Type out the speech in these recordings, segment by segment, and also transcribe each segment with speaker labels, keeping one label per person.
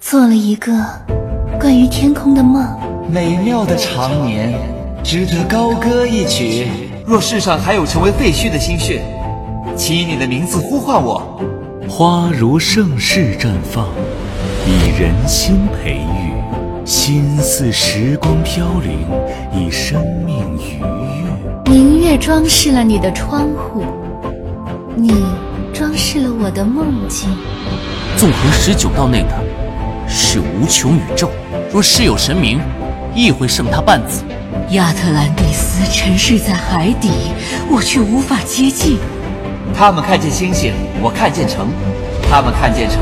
Speaker 1: 做了一个关于天空的梦。
Speaker 2: 美妙的长眠，值得高歌一曲。
Speaker 3: 若世上还有成为废墟的心血，请以你的名字呼唤我。
Speaker 4: 花如盛世绽放，以人心培育，心似时光飘零，以生命愉悦。
Speaker 1: 明月装饰了你的窗户，你装饰了我的梦境。
Speaker 5: 纵横十九道内的是无穷宇宙，若世有神明，亦会胜他半子。
Speaker 6: 亚特兰蒂斯沉睡在海底，我却无法接近。
Speaker 3: 他们看见星星，我看见城；他们看见城，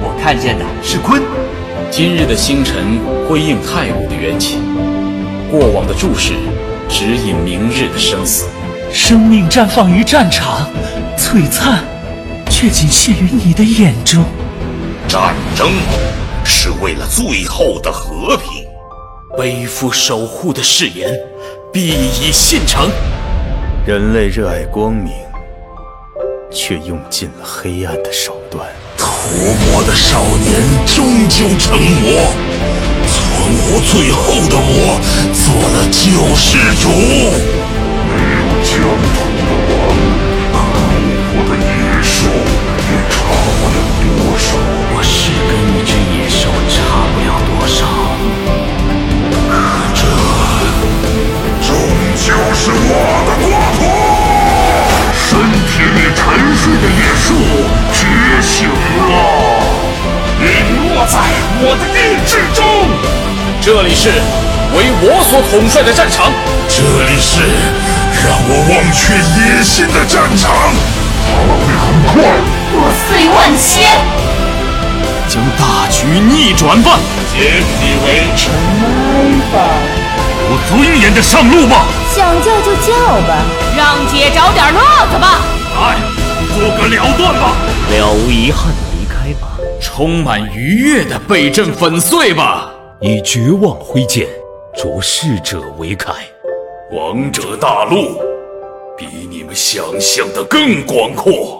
Speaker 3: 我看见的是鲲。
Speaker 7: 今日的星辰辉映太古的缘起，过往的注视指引明日的生死。
Speaker 4: 生命绽放于战场，璀璨，却仅限于你的眼中。
Speaker 8: 战争是为了最后的和平，
Speaker 9: 背负守护的誓言，必以献诚。
Speaker 10: 人类热爱光明。却用尽了黑暗的手段。
Speaker 8: 涂魔的少年终究成魔，存活最后的我做了救世主。
Speaker 11: 没有疆土的王，可恶的野兽，你差不了多少。
Speaker 12: 我是跟一只野兽差不了多少，
Speaker 11: 可这终究是我的国土。身体里沉睡的野兽觉醒了，
Speaker 8: 陨落在我的意志中。
Speaker 7: 这里是为我所统帅的战场，
Speaker 11: 这里是让我忘却野心的战场。他会很快
Speaker 13: 破碎万千，
Speaker 7: 将大局逆转吧，
Speaker 8: 尽力为尘
Speaker 7: 埃吧，有尊严的上路吧。
Speaker 14: 想叫就叫吧，
Speaker 15: 让姐找点乐子吧。
Speaker 7: 哎，做个了断吧，
Speaker 4: 了无遗憾的离开吧，
Speaker 7: 充满愉悦的被朕粉碎吧。
Speaker 4: 以绝望挥剑，着逝者为铠。
Speaker 8: 王者大陆比你们想象的更广阔。